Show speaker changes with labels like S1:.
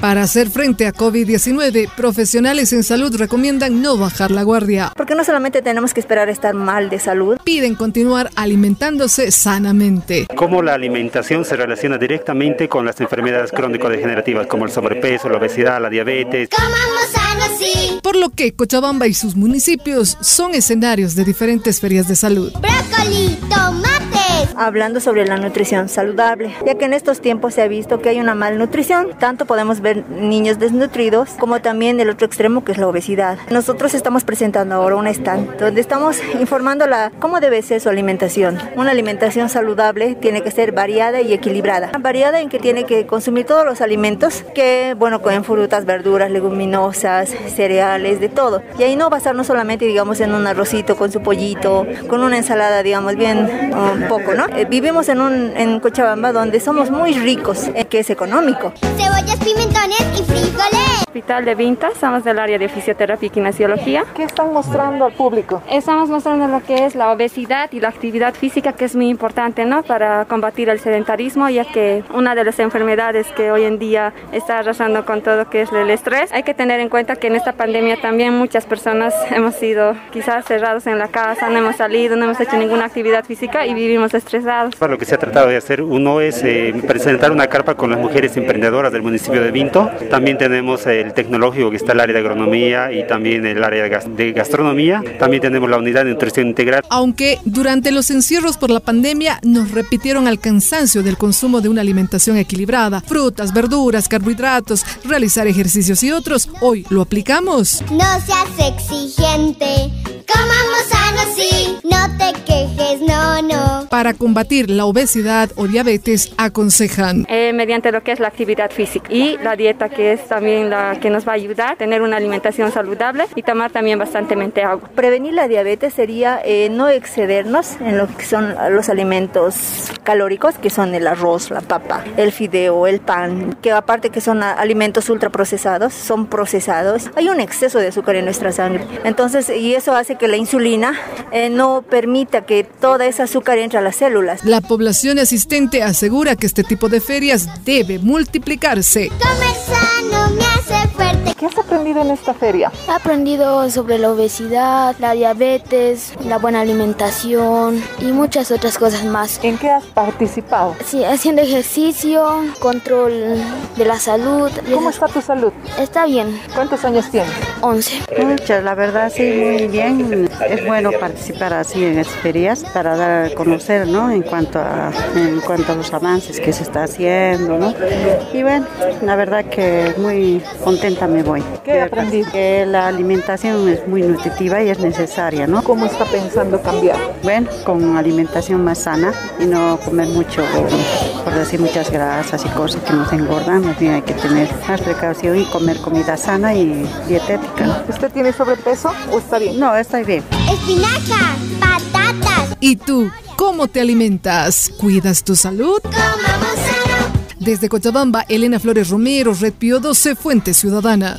S1: Para hacer frente a COVID-19, profesionales en salud recomiendan no bajar la guardia.
S2: Porque no solamente tenemos que esperar a estar mal de salud.
S1: Piden continuar alimentándose sanamente.
S3: Cómo la alimentación se relaciona directamente con las enfermedades crónico-degenerativas como el sobrepeso, la obesidad, la diabetes.
S4: Comamos sano, sí.
S1: Por lo que Cochabamba y sus municipios son escenarios de diferentes ferias de salud.
S4: Brócoli, tomates.
S2: Hablando sobre la nutrición saludable, ya que en estos tiempos se ha visto que hay una malnutrición. Tanto podemos ver niños desnutridos como también el otro extremo que es la obesidad. Nosotros estamos presentando ahora un stand donde estamos informándola cómo debe ser su alimentación. Una alimentación saludable tiene que ser variada y equilibrada. Variada en que tiene que consumir todos los alimentos que, bueno, con frutas, verduras, leguminosas, cereales, de todo. Y ahí no basarnos solamente, digamos, en un arrocito con su pollito, con una ensalada, digamos, bien un poco, ¿no? Eh, vivimos en, un, en Cochabamba donde somos muy ricos, eh, que es económico.
S4: Cebollas, pimentones y frijoles.
S5: Hospital de Vinta, estamos del área de fisioterapia y kinesiología.
S6: ¿Qué están mostrando al público?
S5: Estamos mostrando lo que es la obesidad y la actividad física, que es muy importante, ¿no? Para combatir el sedentarismo, ya que una de las enfermedades que hoy en día está arrasando con todo que es el estrés. Hay que tener en cuenta que en esta pandemia también muchas personas hemos sido quizás cerrados en la casa, no hemos salido, no hemos hecho ninguna actividad física y vivimos estresados.
S3: Lo que se ha tratado de hacer uno es eh, presentar una carpa con las mujeres emprendedoras del municipio de Vinto. También tenemos el tecnológico que está el área de agronomía y también el área de, gas de gastronomía. También tenemos la unidad de nutrición integral.
S1: Aunque durante los encierros por la pandemia nos repitieron al cansancio del consumo de una alimentación equilibrada, frutas, verduras, carbohidratos, realizar ejercicios y otros, hoy lo aplicamos.
S4: No seas exigente, comamos sano, sí, no te quejes, no, no.
S1: Para combatir la obesidad o diabetes, aconsejan.
S5: Eh, mediante lo que es la actividad física y la dieta, que es también la que nos va a ayudar a tener una alimentación saludable y tomar también bastantemente agua.
S2: Prevenir la diabetes sería eh, no excedernos en lo que son los alimentos calóricos, que son el arroz, la papa, el fideo, el pan, que aparte que son alimentos ultraprocesados, son procesados. Hay un exceso de azúcar en nuestra sangre. Entonces, y eso hace que la insulina eh, no permita que toda esa azúcar entre a las células.
S1: La población asistente asegura que este tipo de ferias debe multiplicarse.
S4: Comer sano me hace fuerte.
S6: ¿Qué has aprendido en esta feria?
S7: He aprendido sobre la obesidad, la diabetes, la buena alimentación y muchas otras cosas más.
S6: ¿En qué has participado?
S7: Sí, haciendo ejercicio, control de la salud.
S6: ¿Cómo está tu salud?
S7: Está bien.
S6: ¿Cuántos años tienes?
S7: 11.
S8: Muchas, la verdad sí, muy bien. Es bueno participar así en estas ferias para dar a conocer, ¿no? En cuanto a, en cuanto a los avances que se está haciendo, ¿no? Y bueno, la verdad que muy contenta me voy.
S6: ¿Qué aprendí?
S8: Que la alimentación es muy nutritiva y es necesaria, ¿no?
S6: ¿Cómo está pensando cambiar?
S8: Bueno, con alimentación más sana y no comer mucho, por decir muchas grasas y cosas que nos engordan, más bien hay que tener más precaución y comer comida sana y dietética.
S6: ¿Usted tiene sobrepeso o está bien?
S8: No, estoy bien.
S4: Espinacas, patatas.
S1: ¿Y tú cómo te alimentas? ¿Cuidas tu salud?
S4: Comamos sano.
S1: Desde Cochabamba, Elena Flores Romero, Red Pío 12, Fuente Ciudadana.